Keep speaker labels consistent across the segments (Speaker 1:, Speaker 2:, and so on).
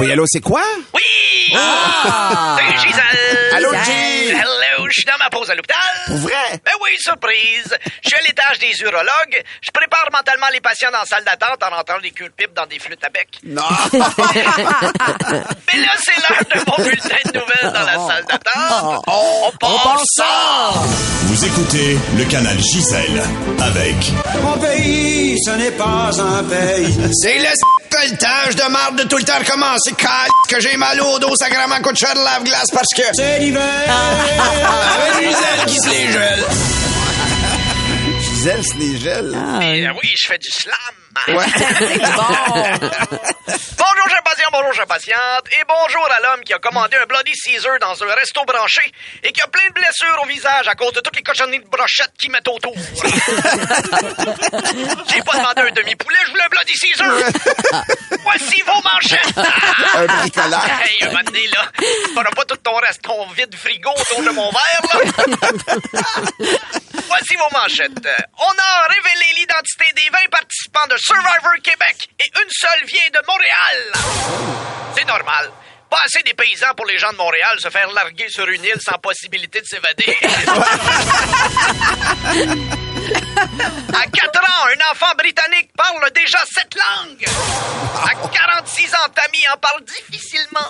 Speaker 1: Oui, allô, c'est quoi?
Speaker 2: Oui! Ah! Salut Gisèle!
Speaker 1: Ah! Allô, Gilles!
Speaker 2: Hello, je suis dans ma pause à l'hôpital.
Speaker 1: Pour vrai?
Speaker 2: Ben oui, surprise! Je suis à l'étage des urologues. Je prépare mentalement les patients dans la salle d'attente en rentrant des culs pipes dans des flûtes à bec.
Speaker 1: Non!
Speaker 2: Mais là, c'est l'heure de mon bulletin de nouvelles dans la salle d'attente.
Speaker 1: On,
Speaker 2: On part ça!
Speaker 1: Vous écoutez le canal Gisèle avec
Speaker 3: Mon pays, ce n'est pas un pays.
Speaker 4: C'est le coltage de marde de tout le temps recommencer. Cal que j'ai mal au dos, sacrément coûte cher de lave-glace parce que.
Speaker 3: C'est l'hiver.
Speaker 4: Avec Gisèle qui se les gèle.
Speaker 1: Gisèle Snégel.
Speaker 5: Ah,
Speaker 2: Eh oui, je fais du slam. bonjour, chers patients, bonjour, chers patientes, et bonjour à l'homme qui a commandé un Bloody Caesar dans un resto branché et qui a plein de blessures au visage à cause de toutes les cochonneries de brochettes qu'il met autour. J'ai pas demandé un demi-poulet, je voulais un Bloody Caesar. Voici vos manchettes.
Speaker 1: Un bricolage.
Speaker 2: Hey, un moment donné, là, tu feras pas tout ton reste, ton vide frigo autour de mon verre, là. Voici vos manchettes. On a révélé l'identité des 20 participants de Survivor Québec et une seule vient de Montréal. C'est normal. Pas assez des paysans pour les gens de Montréal se faire larguer sur une île sans possibilité de s'évader. À 4 ans, un enfant britannique parle déjà sept langues. À 46 ans, Tammy en parle difficilement.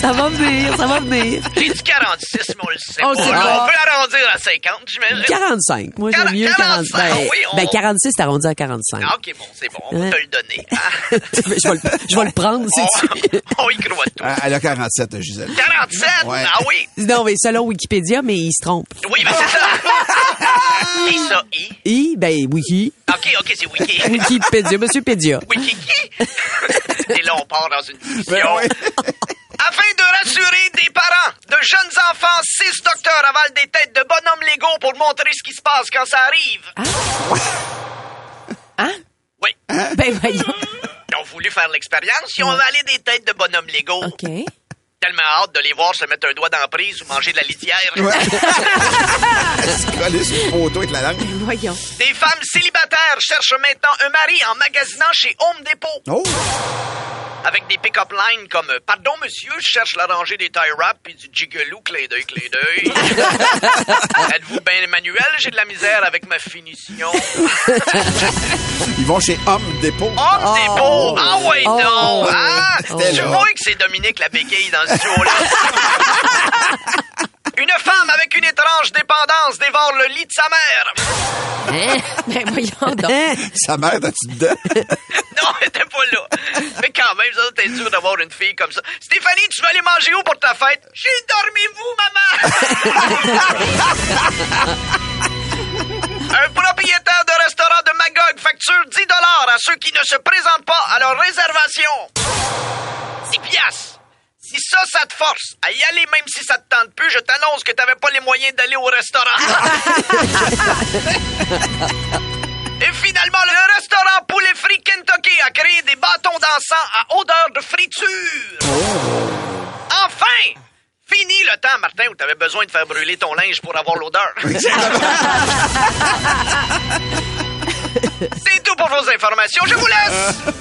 Speaker 5: Ça va venir, ça va venir.
Speaker 2: J'ai dit 46, mais on le sait
Speaker 5: On
Speaker 2: pas.
Speaker 5: le sait
Speaker 2: là.
Speaker 5: pas.
Speaker 2: On peut arrondir à 50, j'imagine.
Speaker 5: 45. Moi, j'aime mieux
Speaker 2: 45,
Speaker 5: 45.
Speaker 2: oui, on-
Speaker 5: Ben, 46, c'est arrondi à 45.
Speaker 2: Ah, ok, bon, c'est bon, on va
Speaker 5: Hein?
Speaker 2: te le donner. Ah,
Speaker 5: je, vais le, je vais le prendre, c'est-tu?
Speaker 2: on, on y croit tout.
Speaker 4: Ah, Elle a 47, Gisèle.
Speaker 2: 47?
Speaker 4: Ouais.
Speaker 2: Ah oui.
Speaker 5: Non, mais selon Wikipédia, mais il se trompe.
Speaker 2: Oui, mais c'est ça. c'est ça, I.
Speaker 5: I, ben, Wiki.
Speaker 2: Ok, ok, c'est Wiki.
Speaker 5: Wikipédia, Monsieur Pédia.
Speaker 2: Wiki qui? Et là, on part dans une discussion.
Speaker 4: Ben oui.
Speaker 2: Afin de rassurer des parents de jeunes enfants, six docteurs avalent des têtes de bonhommes légaux pour montrer ce qui se passe quand ça arrive.
Speaker 5: Hein?
Speaker 2: Oui.
Speaker 5: Ben, voyons.
Speaker 2: Ils ont voulu faire l'expérience, ils ont avalé des têtes de bonhommes légaux.
Speaker 5: OK.
Speaker 2: Tellement hâte de les voir se mettre un doigt dans la prise ou manger de la litière.
Speaker 4: C'est collé sur une photo avec la langue.
Speaker 5: Voyons.
Speaker 2: Des femmes célibataires cherchent maintenant un mari en magasinant chez Home Depot.
Speaker 4: Oh!
Speaker 2: Avec des pick-up lines comme euh, Pardon, monsieur, je cherche la rangée des tie wraps et du gigolou, clin d'œil, clin d'œil. Êtes-vous bien Emmanuel? J'ai de la misère avec ma finition. Home
Speaker 4: Ils vont chez Homme Dépôt.
Speaker 2: Depot! Oh, Ah ouais,
Speaker 5: Oh.
Speaker 2: non! Ah!
Speaker 4: C'était
Speaker 2: Je
Speaker 4: là.
Speaker 2: vois que c'est Dominique la béquille dans ce show-là. Une femme avec une étrange dépendance dévore le lit de sa mère.
Speaker 5: Ben, voyons donc.
Speaker 4: Sa mère, t'as-tu dedans?
Speaker 6: Ben,
Speaker 2: Non, elle était pas là. Mais quand même, ça, t'es dur d'avoir une fille comme ça. Stéphanie, tu vas aller manger où pour ta fête? J'ai dormi-vous, maman! Un propriétaire de restaurant de Magog facture 10 à ceux qui ne se présentent pas à leur réservation. 10 piastres. Si ça, ça te force à y aller même si ça te tente plus, je t'annonce que t'avais pas les moyens d'aller au restaurant. Et finalement, le restaurant Poulet Frit Kentucky a créé des bâtons d'encens à odeur de friture. Enfin! Fini le temps, Martin, où t'avais besoin de faire brûler ton linge pour avoir l'odeur. C'est tout pour vos informations. Je vous laisse!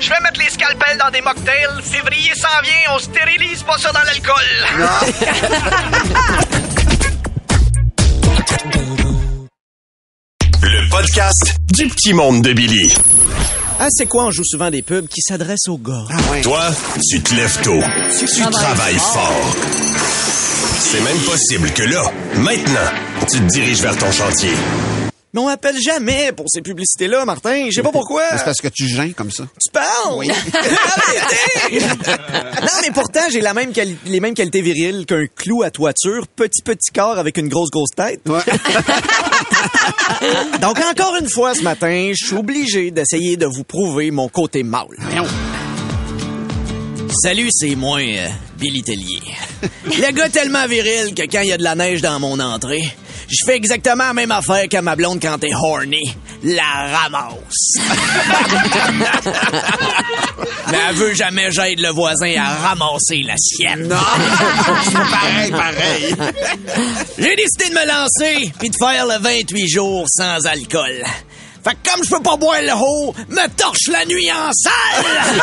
Speaker 2: Je vais mettre les scalpels dans des mocktails. Février s'en vient, on stérilise pas ça dans l'alcool.
Speaker 1: Le podcast du petit monde de Billy.
Speaker 7: Ah, c'est quoi? On joue souvent des pubs qui s'adressent aux gars. Ah,
Speaker 1: Toi, tu te lèves tôt. Tu travailles fort. C'est même possible que là, maintenant, tu te diriges vers ton chantier.
Speaker 7: Mais on m'appelle jamais pour ces publicités-là, Martin. Je sais pas pourquoi.
Speaker 4: C'est parce que tu gins comme ça.
Speaker 7: Tu parles? Arrêtez! non, mais pourtant, j'ai la même quali- les mêmes qualités viriles qu'un clou à toiture, petit petit corps avec une grosse grosse tête.
Speaker 4: Ouais.
Speaker 7: Donc, encore une fois, ce matin, je suis obligé d'essayer de vous prouver mon côté mâle. Salut, c'est moi, euh, Billy Tellier. Le gars tellement viril que quand il y a de la neige dans mon entrée, je fais exactement la même affaire que ma blonde quand t'es horny. la ramasse. Mais elle veut jamais j'aide le voisin à ramasser la sienne.
Speaker 4: Non! C'est pareil, pareil.
Speaker 7: J'ai décidé de me lancer puis de faire le 28 jours sans alcool. Fait que comme je peux pas boire le haut, me torche la nuit en salle!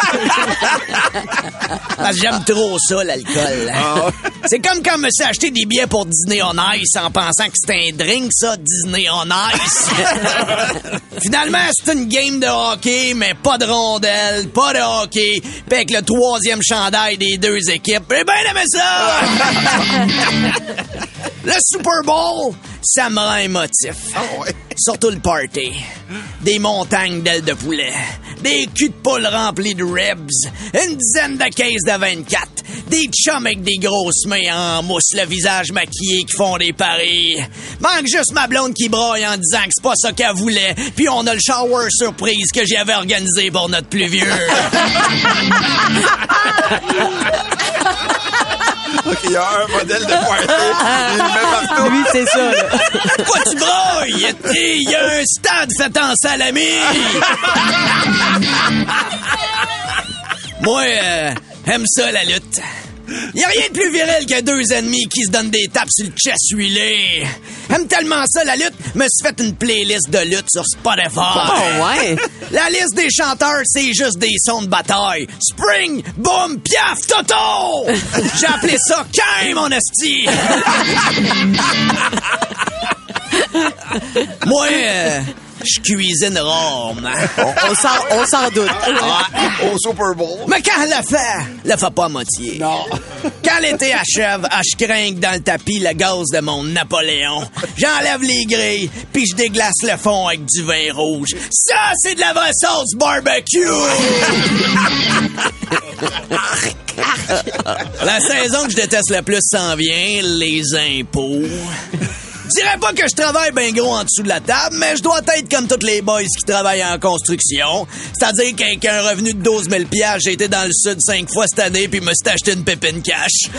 Speaker 7: Parce que j'aime trop ça, l'alcool. C'est comme quand je me suis acheté des billets pour Disney on Ice en pensant que c'était un drink, ça, Disney on Ice. Finalement, c'est une game de hockey, mais pas de rondelle, pas de hockey, pis avec le troisième chandail des deux équipes. J'ai bien aimé ça! Le Super Bowl, ça me rend émotif. Surtout le party. Des montagnes d'ailes de poulet. Des culs de poule remplis de ribs. Une dizaine de caisses de 24. Des chums avec des grosses mains en mousse, le visage maquillé qui font des paris. Manque juste ma blonde qui broille en disant que c'est pas ça qu'elle voulait. Puis on a le shower surprise que j'avais organisé pour notre plus vieux.
Speaker 4: OK, il y a un modèle de pointé. Il le met partout.
Speaker 8: Lui, c'est ça. là.
Speaker 7: Pourquoi tu broyes? Il y a un stade fait en salami! Moi, euh, aime ça la lutte. Y a rien de plus viril que deux ennemis qui se donnent des tapes sur le chest huilé. Aime tellement ça la lutte, me suis fait une playlist de lutte sur Spotify.
Speaker 8: Oh, ouais.
Speaker 7: La liste des chanteurs, c'est juste des sons de bataille. Spring, boom, piaf, toto! J'ai appelé ça Cain, mon esti! Moi, euh, je cuisine rare, man.
Speaker 8: On s'en, on s'en doute.
Speaker 7: Ouais.
Speaker 4: Au Super Bowl.
Speaker 7: Mais quand elle le fait, le fait pas à moitié. Non. Quand l'été achève, ah, je cringue dans le tapis le gaz de mon Napoléon. J'enlève les grilles, puis je déglace le fond avec du vin rouge. Ça, c'est de la vraie sauce barbecue! La saison que je déteste le plus s'en vient, les impôts. Je dirais pas que je travaille bien gros en dessous de la table, mais je dois être comme tous les boys qui travaillent en construction. C'est-à-dire qu'avec un revenu de 12 000 piastres, j'ai été dans le sud cinq fois cette année puis me suis acheté une pépine cash.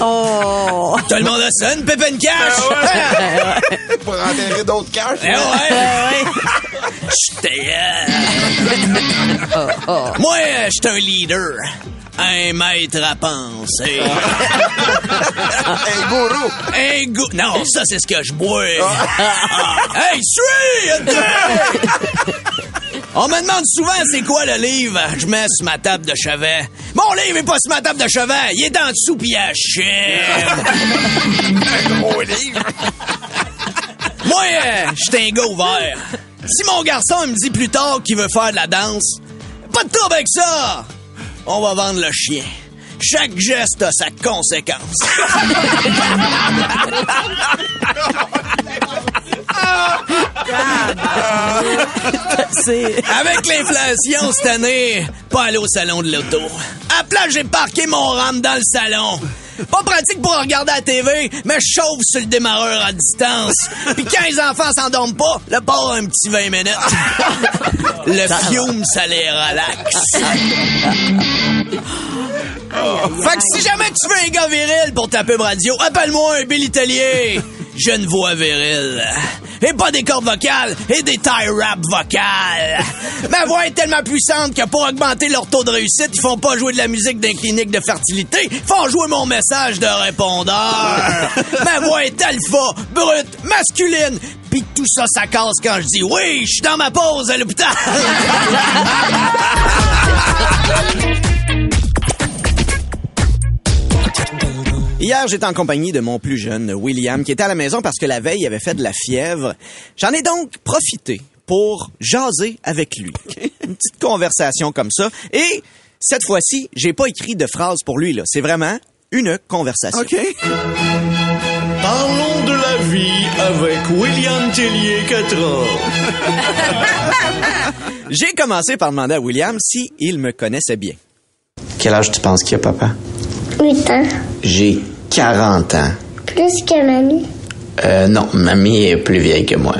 Speaker 8: Oh.
Speaker 7: Tout le monde a ça, une pépine cash!
Speaker 4: Pour enterrer d'autres caches.
Speaker 7: Eh ouais! Oh, J'étais. euh, Moi, euh, j'étais un leader. Un maître à penser.
Speaker 4: Un gourou.
Speaker 7: Un goût. Non, ça, c'est ce que je bois. Ah. Hey, suis! attends! On me demande souvent c'est quoi le livre je mets sur ma table de chevet. Mon livre est pas sur ma table de chevet, il est en dessous pis il achève.
Speaker 4: Un gros livre.
Speaker 7: Moi, euh, j'étais un gars ouvert. Si mon garçon il me dit plus tard qu'il veut faire de la danse, pas de trouble avec ça! On va vendre le chien. Chaque geste a sa conséquence.
Speaker 8: C'est.
Speaker 7: Avec l'inflation cette année, pas aller au salon de l'auto. À plat, j'ai parqué mon rampe dans le salon. Pas pratique pour regarder la TV, mais je chauffe sur le démarreur à distance. Puis quand les enfants s'endorment pas, le port a un petit 20 minutes. Le fiume, ça les relaxe. Fait que si jamais tu veux un gars viril pour ta pub radio, appelle-moi Bill Tellier. Je ne vois viril. Et pas des cordes vocales et des tie rap vocales. Ma voix est tellement puissante que pour augmenter leur taux de réussite, ils font pas jouer de la musique d'un clinique de fertilité, ils font jouer mon message de répondeur. Ma voix est alpha, brute, masculine, pis tout ça, ça casse quand je dis oui, je suis dans ma pause à l'hôpital.
Speaker 9: Hier, j'étais en compagnie de mon plus jeune, William, qui était à la maison parce que la veille, il avait fait de la fièvre. J'en ai donc profité pour jaser avec lui. Une petite conversation comme ça. Et cette fois-ci, j'ai pas écrit de phrase pour lui, là. C'est vraiment une conversation.
Speaker 10: Parlons de la vie avec William Tellier 4
Speaker 9: J'ai commencé par demander à William si il me connaissait bien.
Speaker 11: Quel âge tu penses qu'il y a, papa?
Speaker 12: 8 ans,
Speaker 11: J'ai 40 ans.
Speaker 12: plus que mamie.
Speaker 11: Euh, non, mamie est plus vieille que moi.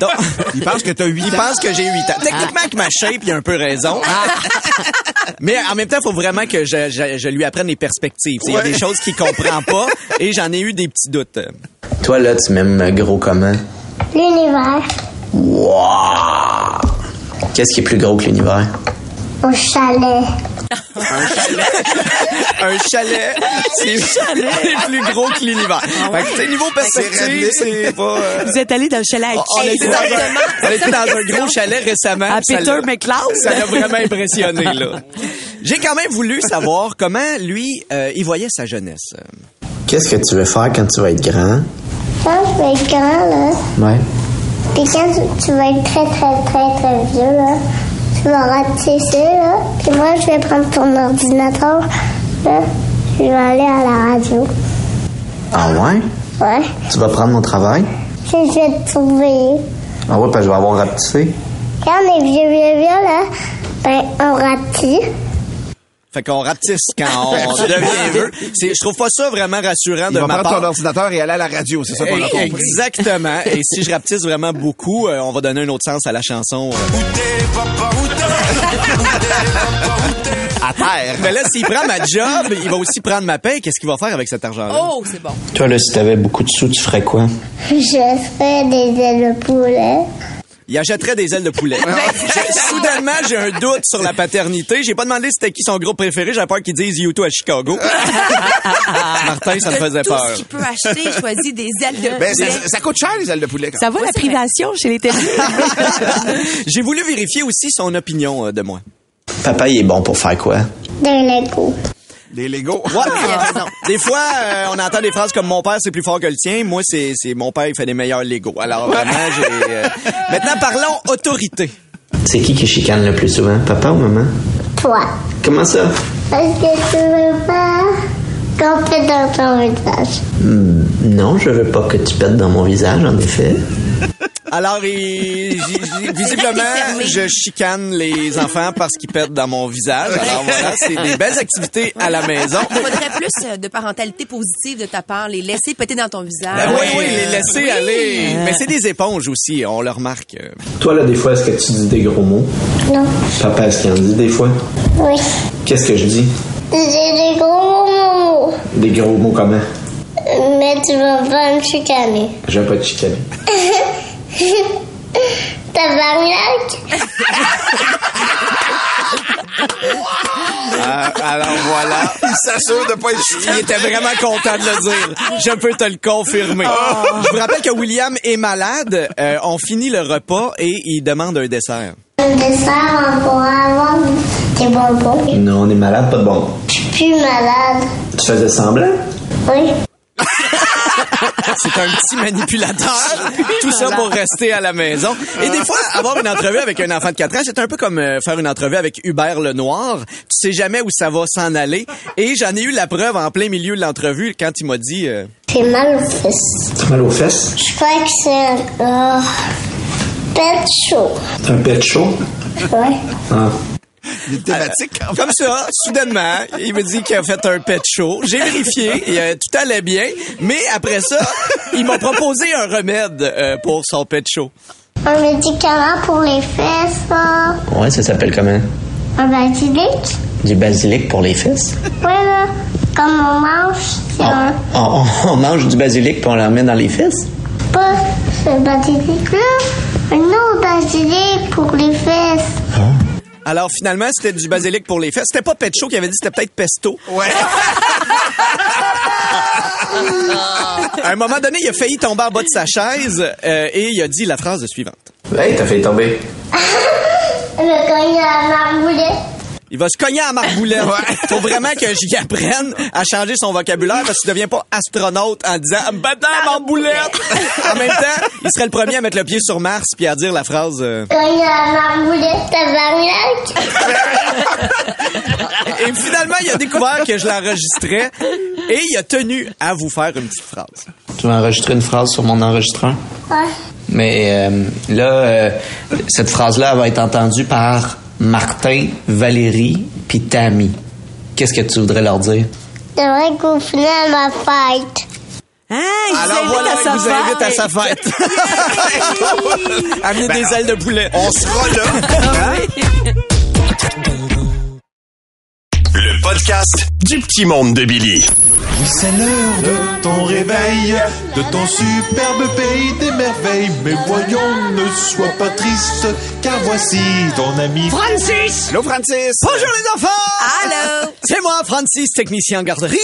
Speaker 7: Donc,
Speaker 6: Il pense que t'as 8
Speaker 7: il
Speaker 6: ans.
Speaker 7: pense que j'ai 8 ans. Techniquement, que ma shape, il a un peu raison. Mais en même temps, il faut vraiment que je, je- je lui apprenne les perspectives. Il y a des choses qu'il comprend pas et j'en ai eu des petits doutes.
Speaker 11: Toi, là, tu m'aimes euh, gros comment?
Speaker 12: L'univers,
Speaker 11: Wouah! Qu'est-ce qui est plus gros que l'univers?
Speaker 12: au chalet.
Speaker 7: Un chalet, c'est c'est plus gros que l'univers. Fait que, tu sais, niveau perspective, c'est pas... euh,
Speaker 13: Vous êtes allé dans le chalet à
Speaker 7: on,
Speaker 13: qui?
Speaker 7: était dans un, on était dans un gros chalet récemment.
Speaker 13: À
Speaker 7: oh, Ça
Speaker 13: Peter
Speaker 7: l'a-
Speaker 13: McLeod?
Speaker 7: Ça l'a vraiment impressionné, là. J'ai quand même voulu savoir comment, lui, euh, il voyait sa jeunesse.
Speaker 11: Qu'est-ce que tu veux faire quand tu vas être grand?
Speaker 12: Hein, Quand tu vas être grand, là,
Speaker 11: Ouais.
Speaker 12: puis quand tu, tu vas être très, très, très, très vieux, là, tu vas rater ça, là, puis moi, je vais prendre ton ordinateur, là, je vais aller à la radio.
Speaker 11: Ah ouais?
Speaker 12: Ouais,
Speaker 11: Tu vas prendre mon travail?
Speaker 12: puis je vais te surveiller.
Speaker 11: Ah ouais, parce que je vais avoir rapetissé.
Speaker 12: Quand on est vieux, vieux, vieux, là, ben, on ratit.
Speaker 7: Fait qu'on rapetisse quand on devient vieux. C'est- Je trouve pas ça vraiment rassurant
Speaker 6: Il
Speaker 7: de
Speaker 6: va
Speaker 7: ma
Speaker 6: prendre
Speaker 7: part.
Speaker 6: ton ordinateur et aller à la radio, c'est ça qu'on a
Speaker 7: Eh,
Speaker 6: compris.
Speaker 7: Exactement. Et si je rapetisse vraiment beaucoup, euh, on va donner un autre sens à la chanson. euh, à terre. Mais là, s'il prend ma job, il va aussi prendre ma paye. Qu'est-ce qu'il va faire avec cet argent-là?
Speaker 5: Oh, c'est bon.
Speaker 11: Toi, là, si t'avais beaucoup de sous, tu ferais quoi?
Speaker 12: Je fais des ailes de poulet.
Speaker 7: Il achèterait des ailes de poulet.
Speaker 5: Ben,
Speaker 7: J'ai- Soudainement, j'ai un doute sur la paternité. J'ai pas demandé c'était qui son groupe préféré. J'ai peur qu'ils disent U2 à Chicago. Martin, ça me faisait
Speaker 5: tout
Speaker 7: peur.
Speaker 5: ce qu'il peut acheter, choisit des ailes de
Speaker 6: Ben,
Speaker 5: poulet.
Speaker 6: ça, ça coûte cher, les ailes de poulet. Quand
Speaker 13: Ça vaut la privation chez les terriens.
Speaker 7: J'ai voulu vérifier aussi son opinion euh, de moi.
Speaker 11: Papa, il est bon pour faire quoi?
Speaker 12: D'un Lego.
Speaker 6: même. Des Legos.
Speaker 7: Ouais. Des fois, euh, on entend des phrases comme mon père c'est plus fort que le tien. Moi, c'est c'est mon père il fait des meilleurs Lego. Alors vraiment, j'ai. euh, Maintenant, parlons autorité.
Speaker 11: C'est qui qui chicane le plus souvent? Papa ou maman?
Speaker 12: Toi.
Speaker 11: Comment ça?
Speaker 12: Parce que tu veux pas qu'on fait dans ton visage.
Speaker 11: Hmm, non, je veux pas que tu pètes dans mon visage, en effet.
Speaker 7: Alors, il- j- j- visiblement, je chicane les enfants parce qu'ils pètent dans mon visage. Alors voilà, c'est des belles activités à la maison.
Speaker 5: Il faudrait plus euh, de parentalité positive de ta part, les laisser péter dans ton visage.
Speaker 7: Ben oui, oui, les laisser aller. Mais c'est des éponges aussi, on le remarque. euh.
Speaker 11: Toi, là, des fois, est-ce que tu dis des gros mots?
Speaker 12: Non.
Speaker 11: Papa, est-ce qu'il en dit des fois?
Speaker 12: Oui.
Speaker 11: Qu'est-ce que je dis?
Speaker 12: J'ai des gros mots.
Speaker 11: Des gros mots comment?
Speaker 12: Mais tu vas pas me chicaner.
Speaker 11: Je vais pas te chicaner.
Speaker 12: T'as barnaque?
Speaker 7: Ah, alors voilà.
Speaker 6: Il s'assure de pas être
Speaker 7: Il était vraiment content de le dire. Je peux te le confirmer. Je vous rappelle que William est malade. Euh, on finit le repas et il demande un dessert.
Speaker 12: Un dessert, on pourra avoir des bonbons.
Speaker 11: Non, on est malade, pas de bon.
Speaker 12: Je suis plus malade.
Speaker 11: Tu faisais semblant?
Speaker 12: Oui.
Speaker 7: C'est un petit manipulateur. Tout ça pour rester à la maison. Et des fois, avoir une entrevue avec un enfant de 4 ans, c'est un peu comme euh, faire une entrevue avec Hubert Lenoir. Tu sais jamais où ça va s'en aller. Et j'en ai eu la preuve en plein milieu de l'entrevue quand il m'a dit... euh,
Speaker 12: J'ai mal aux fesses.
Speaker 11: T'as mal aux fesses?
Speaker 12: Je crois que c'est un oh, pet chaud.
Speaker 11: T'as un pet chaud?
Speaker 12: Ouais.
Speaker 11: Ah.
Speaker 6: Des thématiques. quand même.
Speaker 7: Euh, Comme ça, soudainement, il me dit qu'il a fait un pet show. J'ai vérifié, et, euh, tout allait bien. Mais après ça, ils m'ont proposé un remède euh, pour son pet show.
Speaker 12: Un médicament pour les fesses, là.
Speaker 11: Ouais, ça s'appelle comment?
Speaker 12: Un basilic.
Speaker 11: Du basilic pour les fesses?
Speaker 12: Ouais, là. Comme on mange, c'est un...
Speaker 11: On, on- on mange du basilic puis on le remet dans les fesses?
Speaker 12: Pas ce basilic, là. Un autre basilic pour les fesses.
Speaker 7: Alors finalement, c'était du basilic pour les fesses. C'était pas pet show qui avait dit, c'était peut-être pesto.
Speaker 6: Ouais.
Speaker 7: À un moment donné, il a failli tomber en bas de sa chaise euh, et il a dit la phrase suivante.
Speaker 11: Hey, t'as fait tomber.
Speaker 12: Le cogné à la marmoulette.
Speaker 7: Il va se cogner à marboulette. Faut vraiment que j'y apprenne à changer son vocabulaire parce que tu deviens pas astronaute en disant Ah, me battant à marboulette. en même temps, il serait le premier à mettre le pied sur Mars puis à dire la phrase. euh,
Speaker 12: Cogné à la marmoulette, tabarnak.
Speaker 7: Et finalement, il a découvert que je l'enregistrais et il a tenu à vous faire une petite phrase.
Speaker 11: Tu vas enregistrer une phrase sur mon enregistreur?
Speaker 12: Ouais.
Speaker 11: Mais euh, là, euh, cette phrase-là elle va être entendue par Martin, Valérie puis Tammy. Qu'est-ce que tu voudrais leur dire?
Speaker 12: C'est vrai qu'au final, ma fête.
Speaker 13: Hein, il vous
Speaker 7: Alors
Speaker 13: invite
Speaker 7: voilà,
Speaker 13: à
Speaker 7: il vous
Speaker 13: savoir.
Speaker 7: invite à sa fête. Amenez
Speaker 14: Ben,
Speaker 7: des ailes de poulet.
Speaker 14: on sera là.
Speaker 4: Hein? Le podcast du petit monde de Billy.
Speaker 1: Oui, c'est l'heure de ton réveil, de ton superbe pays des merveilles. Mais voyons, ne sois pas triste, car voici ton ami
Speaker 7: Francis! Allô, Francis! Bonjour, les enfants! Allô! C'est moi, Francis, technicien en garderie.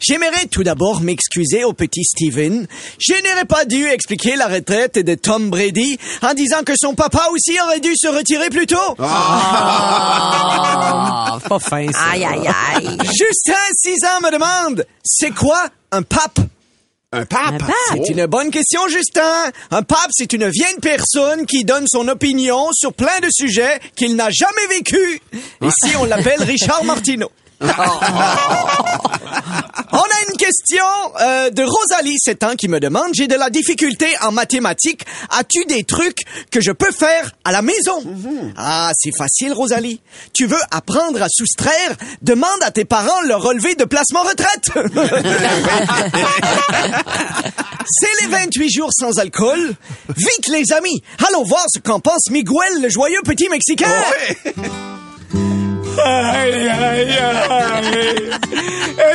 Speaker 7: J'aimerais tout d'abord m'excuser au petit Steven. Je n'aurais pas dû expliquer la retraite de Tom Brady en disant que son papa aussi aurait dû se retirer plus tôt.
Speaker 14: Ah, pas fin, ça.
Speaker 7: Aïe, aïe, aïe. Justin, 6 ans, me demande, c'est quoi un pape? Un pape? C'est une bonne question, Justin. Un pape, c'est une vieille personne qui donne son opinion sur plein de sujets qu'il n'a jamais vécu. Ici, on l'appelle Richard Martineau. On a une question euh, de Rosalie, 7 ans, qui me demande J'ai de la difficulté en mathématiques. As-tu des trucs que je peux faire à la maison Ah, c'est facile, Rosalie. Tu veux apprendre à soustraire Demande à tes parents le relevé de placement retraite. C'est les 28 jours sans alcool. Vite, les amis, allons voir ce qu'en pense Miguel, le joyeux petit Mexicain.
Speaker 14: Ay, ay, ay.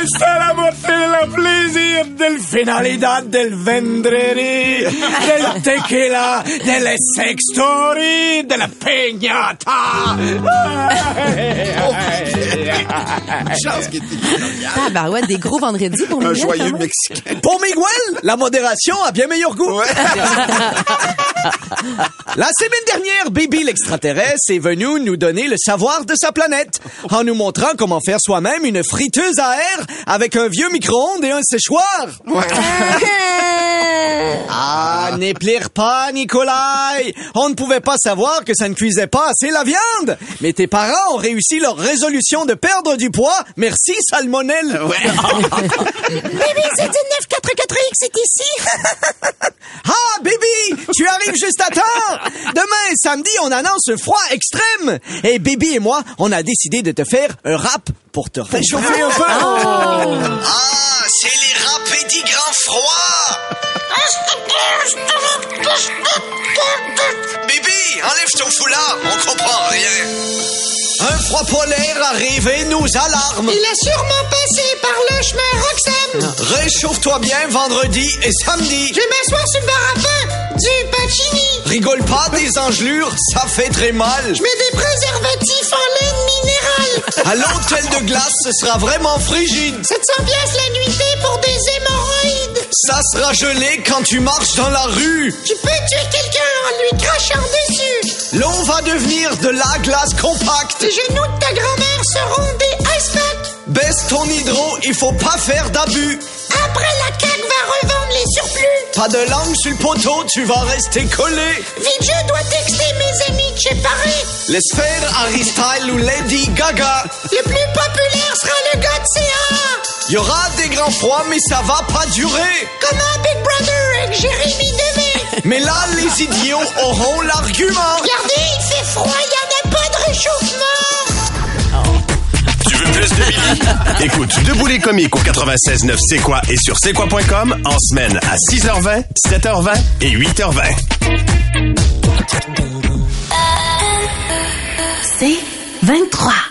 Speaker 14: Está la mortadela plaisir del finalidad del vendredi, del tequila, del sex story, de la piñata.
Speaker 5: Ah,
Speaker 13: ben
Speaker 5: bah ouais, des gros vendredis pour Miguel, quand même.
Speaker 7: Mexicain. Pour Miguel, la modération a bien meilleur goût. La semaine dernière, Bibi l'extraterrestre est venu nous donner le savoir de sa planète en nous montrant comment faire soi-même une friteuse à air avec un vieux micro-ondes et un séchoir. ah, n'éplire pas, Nicolai. On ne pouvait pas savoir que ça ne cuisait pas assez la viande. Mais tes parents ont réussi leur résolution de perdre du poids. Merci, salmonelle. Bibi, c'est du 944X, c'est ici. ah, Bibi, tu arrives juste à temps. Demain, samedi, on annonce le froid extrême. Et Bibi et moi, on a décidé de te faire un rap pour te réchauffer Oh. un peu.
Speaker 2: Ah, c'est les râpés du grand froid! Bibi, enlève ton foulard, on comprend rien!
Speaker 7: Un froid polaire arrive et nous alarme.
Speaker 14: a sûrement passé par le chemin Roxane.
Speaker 7: Réchauffe-toi bien vendredi et samedi.
Speaker 14: vais m'asseoir sur le bar du Pacini.
Speaker 7: Rigole pas des engelures, ça fait très mal.
Speaker 14: mets des préservatifs en laine minérale.
Speaker 7: À l'hôtel de glace, ce sera vraiment frigide.
Speaker 14: 700 pièces la nuitée pour des hémorroïdes.
Speaker 7: Ça sera gelé quand tu marches dans la rue.
Speaker 14: Tu peux tuer quelqu'un en lui crachant dessus.
Speaker 7: L'eau va devenir de la glace compacte.
Speaker 14: Les genoux de ta grand-mère seront des ice packs.
Speaker 7: Baisse ton hydro, il faut pas faire d'abus.
Speaker 14: Après, la CAQ va revendre les surplus.
Speaker 7: Pas de langue sur le poteau, tu vas rester collé.
Speaker 14: Vite, je dois texter mes amis que j'ai paré.
Speaker 7: Laisse faire Harry Style ou Lady Gaga.
Speaker 14: Le plus populaire sera le gars de CA.
Speaker 7: Y aura des grands froids, mais ça va pas durer.
Speaker 14: Comment Big Brother avec Jérémy Demé.
Speaker 7: Mais là, les idiots auront l'argument.
Speaker 14: Regardez, il fait froid, il n'y en a pas de réchauffement.
Speaker 4: Tu veux plus de Billy? Écoute Debout les comiques au 96.9 C'est quoi et sur c'est quoi.com en semaine à 6h20, 7h20 et 8h20.
Speaker 15: C'est 23.